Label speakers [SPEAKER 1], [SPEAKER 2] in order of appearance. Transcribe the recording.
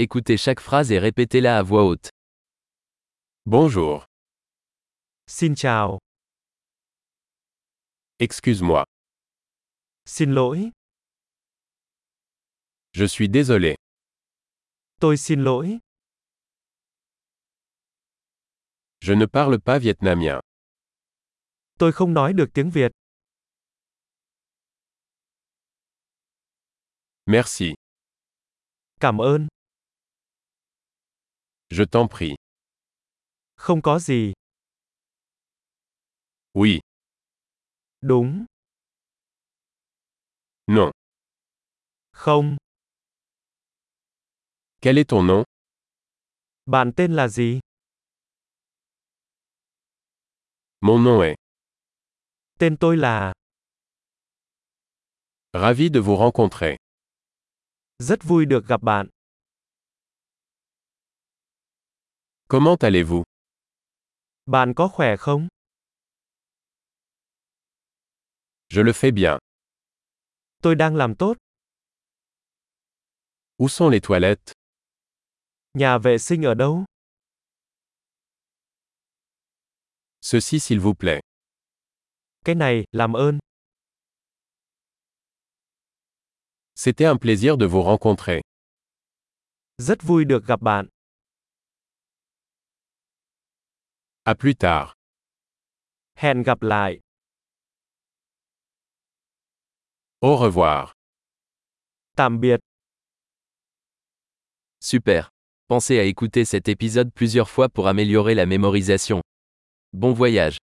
[SPEAKER 1] Écoutez chaque phrase et répétez-la à voix haute.
[SPEAKER 2] Bonjour,
[SPEAKER 3] Xin chào,
[SPEAKER 2] excuse-moi,
[SPEAKER 3] xin lỗi,
[SPEAKER 2] je suis désolé,
[SPEAKER 3] tôi xin lỗi,
[SPEAKER 2] je ne parle pas vietnamien.
[SPEAKER 3] tôi không nói được tiếng Việt,
[SPEAKER 2] Merci,
[SPEAKER 3] cảm ơn,
[SPEAKER 2] je t'en prie.
[SPEAKER 3] không có gì,
[SPEAKER 2] Oui,
[SPEAKER 3] đúng,
[SPEAKER 2] non.
[SPEAKER 3] không,
[SPEAKER 2] Quel est ton nom
[SPEAKER 3] bạn tên là gì?
[SPEAKER 2] Mon nom est.
[SPEAKER 3] Tên tôi là,
[SPEAKER 2] Ravi de vous rencontrer.
[SPEAKER 3] rất vui được gặp bạn,
[SPEAKER 2] Comment allez-vous
[SPEAKER 3] bạn có khỏe không?
[SPEAKER 2] Je le fais bien.
[SPEAKER 3] Tôi đang làm tốt,
[SPEAKER 2] Où sont les toilettes
[SPEAKER 3] nhà vệ sinh ở đâu?
[SPEAKER 2] Ceci s'il vous plaît.
[SPEAKER 3] Cái này, làm ơn,
[SPEAKER 2] C'était un plaisir de vous rencontrer.
[SPEAKER 3] rất vui được gặp bạn,
[SPEAKER 2] À plus tard.
[SPEAKER 3] hẹn gặp lại,
[SPEAKER 2] Au revoir.
[SPEAKER 3] tạm biệt.
[SPEAKER 1] Super. Pensez à écouter cet épisode plusieurs fois pour améliorer la mémorisation. Bon voyage.